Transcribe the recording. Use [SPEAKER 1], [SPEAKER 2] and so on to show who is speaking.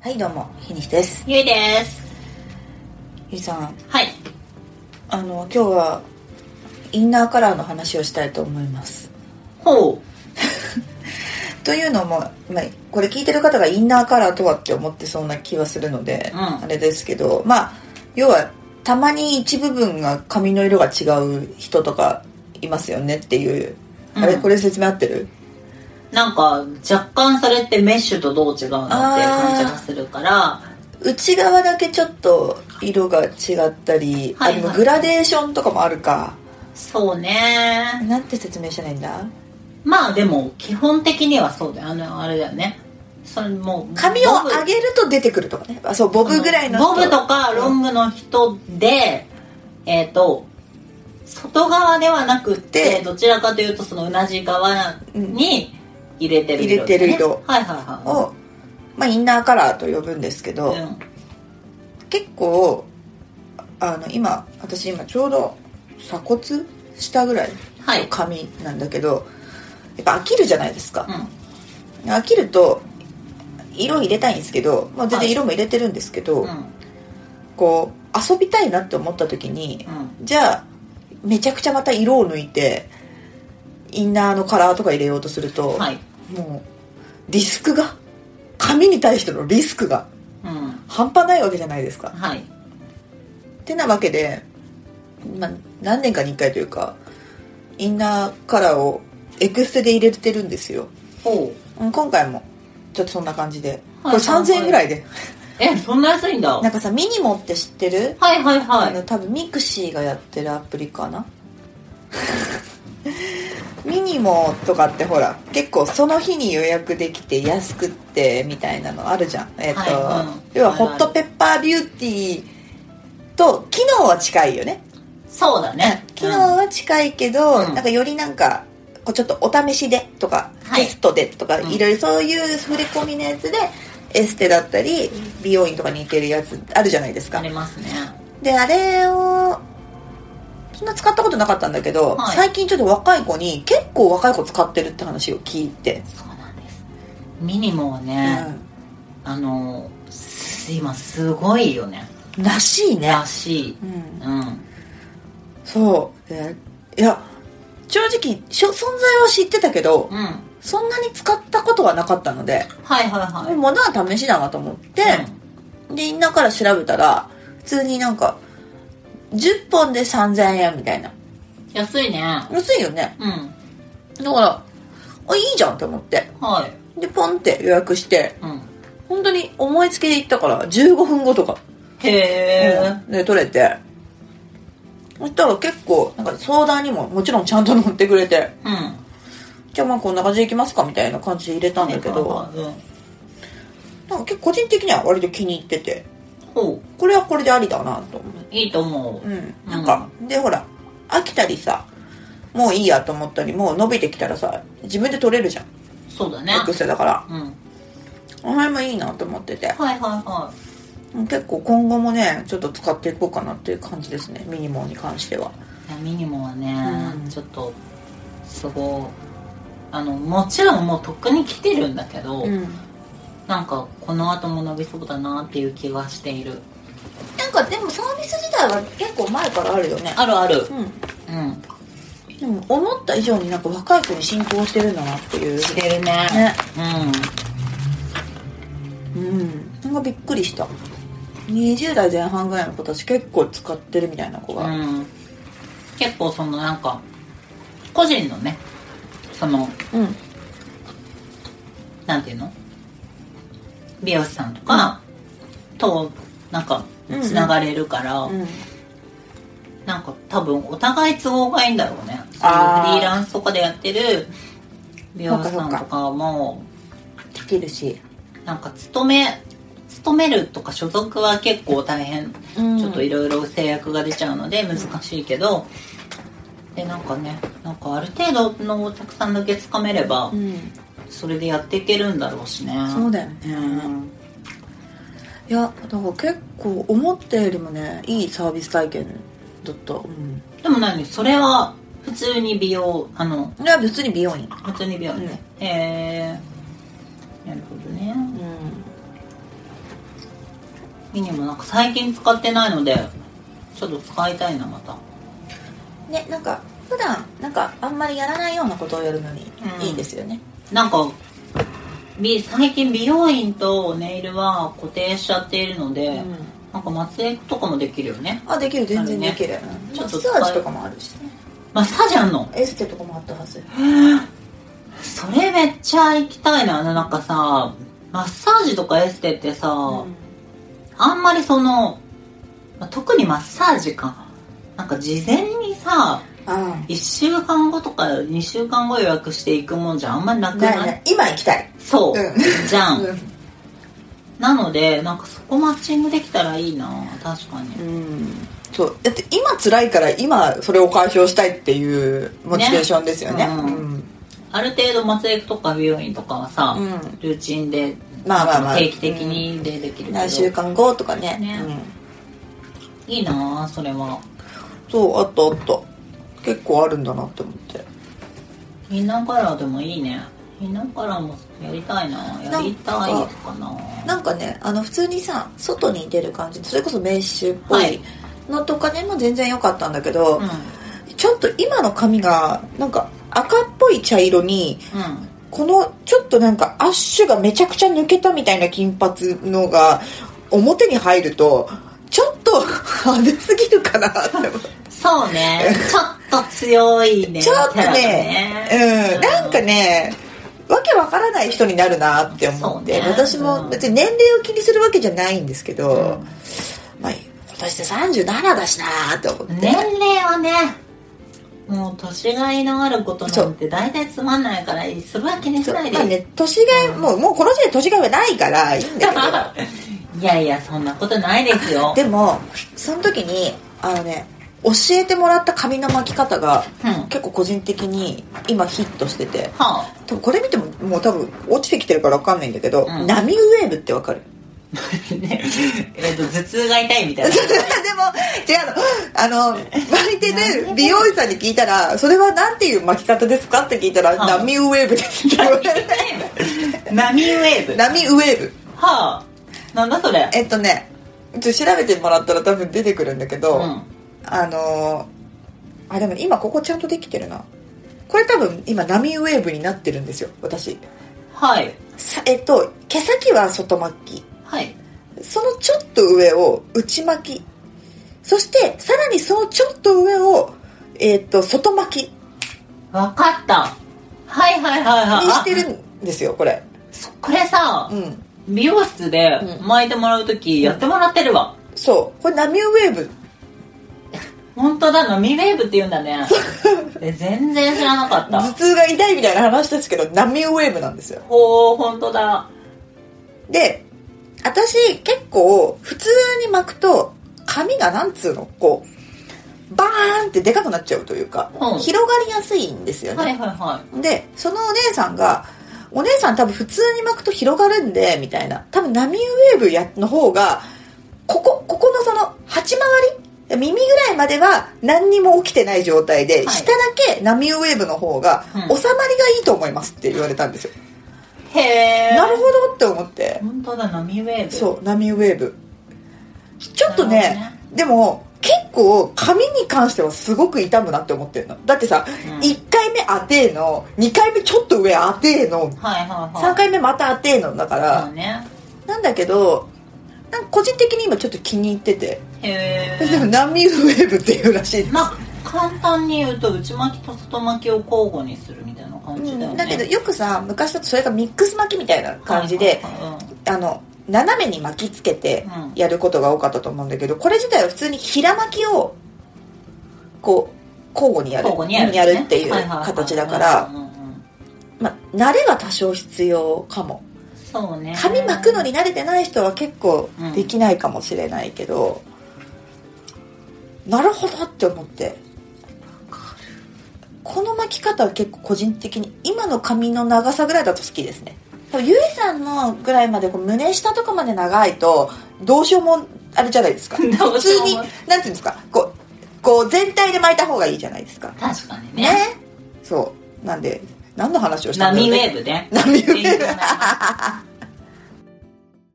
[SPEAKER 1] はいどうも日にしです
[SPEAKER 2] ゆいです
[SPEAKER 1] ゆいさん
[SPEAKER 2] はい
[SPEAKER 1] あの今日はインナーカラーの話をしたいと思います
[SPEAKER 2] ほ
[SPEAKER 1] というのも、まあ、これ聞いてる方がインナーカラーとはって思ってそうな気はするので、
[SPEAKER 2] うん
[SPEAKER 1] あれですけどまあ要はたまに一部分が髪の色が違う人とかいますよねっていうあれ、
[SPEAKER 2] うん
[SPEAKER 1] これ説明合ってる
[SPEAKER 2] うなんか若干それってメッシュとどう違うのって感じがするから
[SPEAKER 1] 内側だけちょっと色が違ったり、
[SPEAKER 2] はい
[SPEAKER 1] あでも
[SPEAKER 2] はい
[SPEAKER 1] グラデーションとかもあるか
[SPEAKER 2] そうね
[SPEAKER 1] なんて説明したらいいんだ
[SPEAKER 2] まあでも基本的にはそうだよあのあれだよねそれもう
[SPEAKER 1] 髪を
[SPEAKER 2] ボブ
[SPEAKER 1] 上げると出てくるとかねあそうボブぐらいの人
[SPEAKER 2] ボブとかロングの人で、えっ、と外側ではなくって
[SPEAKER 1] で
[SPEAKER 2] どちらかというとそのうなじ側に入れてる色、ね
[SPEAKER 1] 入れてる色
[SPEAKER 2] はいはいは
[SPEAKER 1] を、まあ、インナーカラーと呼ぶんですけど、
[SPEAKER 2] い、うん
[SPEAKER 1] 結構あの今私今ちょうど鎖骨下ぐらい
[SPEAKER 2] は
[SPEAKER 1] の
[SPEAKER 2] い、
[SPEAKER 1] 髪なんだけど、やっぱ飽きるじゃないですか
[SPEAKER 2] う、ん
[SPEAKER 1] 飽きると色入れたいんですけど、まあ、全然色も入れてるんですけど、
[SPEAKER 2] うん
[SPEAKER 1] こう遊びたいなって思った時に、
[SPEAKER 2] うん
[SPEAKER 1] じゃあめちゃくちゃまた色を抜いてインナーのカラーとか入れようとすると、
[SPEAKER 2] はい、
[SPEAKER 1] もうリスクが髪に対してのリスクが
[SPEAKER 2] うん
[SPEAKER 1] 半端ないわけじゃないですか
[SPEAKER 2] はい、
[SPEAKER 1] てなわけで、まあ、何年かに1回というかインナーカラーをエクステで入れてるんですよ
[SPEAKER 2] ほう
[SPEAKER 1] うん今回もちょっとそんな感じでこ
[SPEAKER 2] はい
[SPEAKER 1] れ3000円ぐらいで
[SPEAKER 2] えそんな安いんだ
[SPEAKER 1] なんかさミニモって知ってる、
[SPEAKER 2] はいはいは
[SPEAKER 1] あの
[SPEAKER 2] い
[SPEAKER 1] 多分ミクシーがやってるアプリかな ミニモとかってほら結構その日に予約できて安くってみたいなのあるじゃんえっ、と、
[SPEAKER 2] はいうん
[SPEAKER 1] 要は
[SPEAKER 2] あるあ
[SPEAKER 1] ホ
[SPEAKER 2] る
[SPEAKER 1] ットペッパービューティーと機能は近いよね
[SPEAKER 2] そうだね
[SPEAKER 1] 機能は近いけど、
[SPEAKER 2] うん
[SPEAKER 1] なんかよりなんかこうちょっとお試しでとか、
[SPEAKER 2] はい
[SPEAKER 1] テストでとか、
[SPEAKER 2] うん
[SPEAKER 1] いろいろそういう触れ込みのやつでエステだったり美容院とかに行けるやつあるじゃないです
[SPEAKER 2] うんあ
[SPEAKER 1] か
[SPEAKER 2] りますね
[SPEAKER 1] であれをそんな使ったことなかったんだけど、
[SPEAKER 2] はい
[SPEAKER 1] 最近ちょっと若い子に結構若い子使ってるって話を聞いて、
[SPEAKER 2] そうなんですミニモはね、あのす今すごいよね
[SPEAKER 1] うん、らしいね
[SPEAKER 2] ら、しい
[SPEAKER 1] うん、
[SPEAKER 2] うん
[SPEAKER 1] そうでいや正直しょ存在は知ってたけど
[SPEAKER 2] うん
[SPEAKER 1] そんなに使ったことはなかったので
[SPEAKER 2] はいはいはい
[SPEAKER 1] ものは試しだなと思って、でインナーから調べたら普通になんか10本で3000円みたいな
[SPEAKER 2] うん安いね
[SPEAKER 1] 安いよね
[SPEAKER 2] うん
[SPEAKER 1] だからあいいじゃんと思って
[SPEAKER 2] はい
[SPEAKER 1] でポンって予約して
[SPEAKER 2] うん
[SPEAKER 1] 本当に思いつきで行ったから15分後とか、
[SPEAKER 2] へえ
[SPEAKER 1] うんで取れてそしたら結構なんか相談にももちろんちゃんと乗ってくれて
[SPEAKER 2] うん
[SPEAKER 1] じゃあまあこんな感じでいきますかみたいな感じで入れたんだけど
[SPEAKER 2] うん
[SPEAKER 1] なんか結構個人的には割と気に入ってて
[SPEAKER 2] ほ
[SPEAKER 1] これはこれでありだなと思って
[SPEAKER 2] ういいと思う
[SPEAKER 1] うん、なんか、でほら飽きたりさもういいやと思ったりもう伸びてきたらさ自分で取れるじゃん
[SPEAKER 2] そうだね
[SPEAKER 1] エクステだから
[SPEAKER 2] うん
[SPEAKER 1] あれもいいなと思ってて
[SPEAKER 2] はいはいは
[SPEAKER 1] 結構今後もねちょっと使っていこうかなっていう感じですねミニモンに関してはい
[SPEAKER 2] いやミニモはね
[SPEAKER 1] うん
[SPEAKER 2] ちょっとすごいあのもちろんもうとっくに来てるんだけど、
[SPEAKER 1] うん
[SPEAKER 2] なんかこの後も伸びそうだなっていう気がしている
[SPEAKER 1] なんかでもサービス自体は結構前からあるよね
[SPEAKER 2] あるある
[SPEAKER 1] うん
[SPEAKER 2] うん
[SPEAKER 1] でも思った以上になんか若い子に浸透してるんだなっていう
[SPEAKER 2] してるね
[SPEAKER 1] ね
[SPEAKER 2] う
[SPEAKER 1] うんなんかびっくりした20代前半ぐらいの子たち結構使ってるみたいな子が、
[SPEAKER 2] ん、うん、結構そのなんか個人のねその
[SPEAKER 1] うん、
[SPEAKER 2] なんていうの美容師さんとか、となんか
[SPEAKER 1] うんうん
[SPEAKER 2] つながれるから、
[SPEAKER 1] うん
[SPEAKER 2] なんか多分お互い都合がいいんだろうねそういうフ
[SPEAKER 1] あー
[SPEAKER 2] リーランスとかでやってる美容師さんとかも
[SPEAKER 1] できるし
[SPEAKER 2] なんか勤め勤めるとか所属は結構大変、
[SPEAKER 1] うん
[SPEAKER 2] ちょっといろいろ制約が出ちゃうので難しいけど、でなんかねなんかある程度のお客さんだけつかめれば、
[SPEAKER 1] うん
[SPEAKER 2] それでやっていけるんだろうしね
[SPEAKER 1] そうだよね
[SPEAKER 2] うん
[SPEAKER 1] いやだから結構思ったよりもねいいサービス体験だったうん
[SPEAKER 2] でも何それは普通に美容あの
[SPEAKER 1] いや別に美容院
[SPEAKER 2] 普通に美容ね、えー、なるほどね
[SPEAKER 1] うん
[SPEAKER 2] ミニもなんか最近使ってないのでちょっと使いたいなまた
[SPEAKER 1] ねなんか普段なんかあんまりやらないようなことをやるのに
[SPEAKER 2] うん
[SPEAKER 1] いいですよね、
[SPEAKER 2] なんか美最近美容院とネイルは固定しちゃっているので、なんか松江とかもできるよね
[SPEAKER 1] あできる全然
[SPEAKER 2] あるね
[SPEAKER 1] できる、
[SPEAKER 2] ち
[SPEAKER 1] ち
[SPEAKER 2] ょ
[SPEAKER 1] ょ
[SPEAKER 2] っ
[SPEAKER 1] っ
[SPEAKER 2] と
[SPEAKER 1] と
[SPEAKER 2] 使
[SPEAKER 1] ス
[SPEAKER 2] い
[SPEAKER 1] タージとかもあるしね
[SPEAKER 2] マッサージあんの
[SPEAKER 1] エステとかもあったはず
[SPEAKER 2] それめっちゃ行きたいななんかさマッサージとかエステってさ、あんまりそのまあ特にマッサージかなんか事前にさ
[SPEAKER 1] あ
[SPEAKER 2] 1週間後とか2週間後予約して行くもんじゃあんまりな
[SPEAKER 1] あ
[SPEAKER 2] く
[SPEAKER 1] ない
[SPEAKER 2] な
[SPEAKER 1] いない今行きたい、
[SPEAKER 2] そう、
[SPEAKER 1] うん
[SPEAKER 2] じゃん、
[SPEAKER 1] うん
[SPEAKER 2] なのでなんかそこマッチングできたらいいな確かに
[SPEAKER 1] うんそうだって今辛いから今それを解消したいっていうモチベーションですよね
[SPEAKER 2] ね
[SPEAKER 1] うん
[SPEAKER 2] ある程度松江区とか美容院とかはさ、
[SPEAKER 1] うん
[SPEAKER 2] ルーチンで、
[SPEAKER 1] まあまあまあ
[SPEAKER 2] 定期的にでできるけど、
[SPEAKER 1] 何週間後とかね
[SPEAKER 2] ね
[SPEAKER 1] うん、
[SPEAKER 2] いいなそれは
[SPEAKER 1] そうあったあった結構あるんだなって思って
[SPEAKER 2] みんなからでもいいねみんなからもやりたいなやりたいかな
[SPEAKER 1] なんかねあの普通にさ外に出る感じそれこそ名刺っぽ
[SPEAKER 2] はい
[SPEAKER 1] いのとかでも全然良かったんだけど、
[SPEAKER 2] うんうん
[SPEAKER 1] ちょっと今の髪がなんか赤っぽい茶色にこのちょっとなんかアッシュがめちゃくちゃ抜けたみたいな金髪のが表に入るとちょっと派手すぎるかなって思う
[SPEAKER 2] そうねちょっと強いね
[SPEAKER 1] ちょっと
[SPEAKER 2] キャラが
[SPEAKER 1] ねうんなんかねわけわからない人になるなって思って、
[SPEAKER 2] そうね
[SPEAKER 1] 私も別に年齢を気にするわけじゃないんですけど、
[SPEAKER 2] うん
[SPEAKER 1] まあ今年で37だしなーって思って、
[SPEAKER 2] 年齢はねもう年がいのあることなんて大体つまんないからするわけにし
[SPEAKER 1] そう
[SPEAKER 2] ないで
[SPEAKER 1] まあね年がい、もうもうこの時点で年がいはないからいいん だけど
[SPEAKER 2] いやいやそんなことないですよ
[SPEAKER 1] でもその時にあのね教えてもらった髪の巻き方が
[SPEAKER 2] うん
[SPEAKER 1] 結構個人的に今ヒットしてて
[SPEAKER 2] は
[SPEAKER 1] 多分これ見てももう多分落ちてきてるから分かんないんだけど、
[SPEAKER 2] うん
[SPEAKER 1] 波ウェーブって分かる
[SPEAKER 2] あ、ね、えっと頭痛が痛いみたいな
[SPEAKER 1] でも違うのあの周りで美容師さんに聞いたら「それは何ていう巻き方ですか?」って聞いたら「
[SPEAKER 2] はい
[SPEAKER 1] 波ウェーブです」って言われて
[SPEAKER 2] 波ウェーブ
[SPEAKER 1] 波ウェーブ
[SPEAKER 2] はあなんだそれ
[SPEAKER 1] えっとねちょっと調べてもらったら多分出てくるんだけど、
[SPEAKER 2] うん
[SPEAKER 1] あのーあでも今ここちゃんとできてるなこれ多分今波ウェーブになってるんですよ私
[SPEAKER 2] はい
[SPEAKER 1] さえっと毛先は外巻き
[SPEAKER 2] はい
[SPEAKER 1] そのちょっと上を内巻きそしてさらにそのちょっと上をえっと外巻き
[SPEAKER 2] わかったはいはいはいはい
[SPEAKER 1] にして
[SPEAKER 2] あ
[SPEAKER 1] るんですよこれ
[SPEAKER 2] そこれさ
[SPEAKER 1] うん
[SPEAKER 2] 美容室で
[SPEAKER 1] うん
[SPEAKER 2] 巻いてもらう時やってもらってるわ
[SPEAKER 1] そうこれ波ウェーブ
[SPEAKER 2] 本当だ波ウェーブって言うんだねえ全然知らなかった
[SPEAKER 1] 頭痛が痛いみたいな話ですけど波ウェーブなんですよ
[SPEAKER 2] ほう本当だ
[SPEAKER 1] で私結構普通に巻くと髪がなんつうのこうバーンってでかくなっちゃうというか、
[SPEAKER 2] うん
[SPEAKER 1] 広がりやすいんですよ
[SPEAKER 2] はい
[SPEAKER 1] ね、
[SPEAKER 2] はいは
[SPEAKER 1] でそのお姉さんが「お姉さん多分普通に巻くと広がるんで」みたいな多分波ウェーブやの方がここここのその鉢回り耳ぐらいまでは何にも起きてない状態で、
[SPEAKER 2] はい
[SPEAKER 1] 下だけ波ウェーブの方が収
[SPEAKER 2] うん
[SPEAKER 1] まりがいいと思いますって言われたんですよ、
[SPEAKER 2] いへえ
[SPEAKER 1] なるほどって思って
[SPEAKER 2] 本当だ波ウェーブ
[SPEAKER 1] そう波ウェーブちょっと
[SPEAKER 2] なるほ
[SPEAKER 1] ねでも結構髪に関してはすごく痛むなって思ってるのだってさ、
[SPEAKER 2] うん
[SPEAKER 1] 1回目当てーの2回目ちょっと上当てーの
[SPEAKER 2] はいはいはい
[SPEAKER 1] 3回目また当てーのだから、
[SPEAKER 2] そうね
[SPEAKER 1] なんだけどなんか個人的に今ちょっと気に入ってて、
[SPEAKER 2] へ
[SPEAKER 1] でも
[SPEAKER 2] え
[SPEAKER 1] 波ウェーブっていうらしいです、
[SPEAKER 2] まあ簡単に言うと内巻きと外巻きを交互にするみたいな感じだよね、
[SPEAKER 1] だけどよくさ昔だとそれがミックス巻きみたいな感じで、
[SPEAKER 2] はいはいはい
[SPEAKER 1] あの斜めに巻きつけて
[SPEAKER 2] うん
[SPEAKER 1] やることが多かったと思うんだけど、これ自体は普通に平巻きをこう交互にやる
[SPEAKER 2] 交互にやる,、
[SPEAKER 1] っていう形だから
[SPEAKER 2] うんうんうん
[SPEAKER 1] まあ慣れは多少必要かも
[SPEAKER 2] そうね
[SPEAKER 1] 髪巻くのに慣れてない人は結構できないかもしれないけど、なるほどって思ってこの巻き方は結構個人的に今の髪の長さぐらいだと好きですね多分ゆいさんのぐらいまでこう胸下とかまで長いとどうしようもあれじゃないですか
[SPEAKER 2] どうしよう
[SPEAKER 1] 普通
[SPEAKER 2] も
[SPEAKER 1] になんていうんですかこうこう全体で巻いた方がいいじゃないですか
[SPEAKER 2] 確かに
[SPEAKER 1] ね
[SPEAKER 2] ね
[SPEAKER 1] そうなんで何の話をしたんだろう
[SPEAKER 2] 波ウ
[SPEAKER 1] ね
[SPEAKER 2] ェーブね
[SPEAKER 1] 波ウェーブ
[SPEAKER 2] 勉強になりま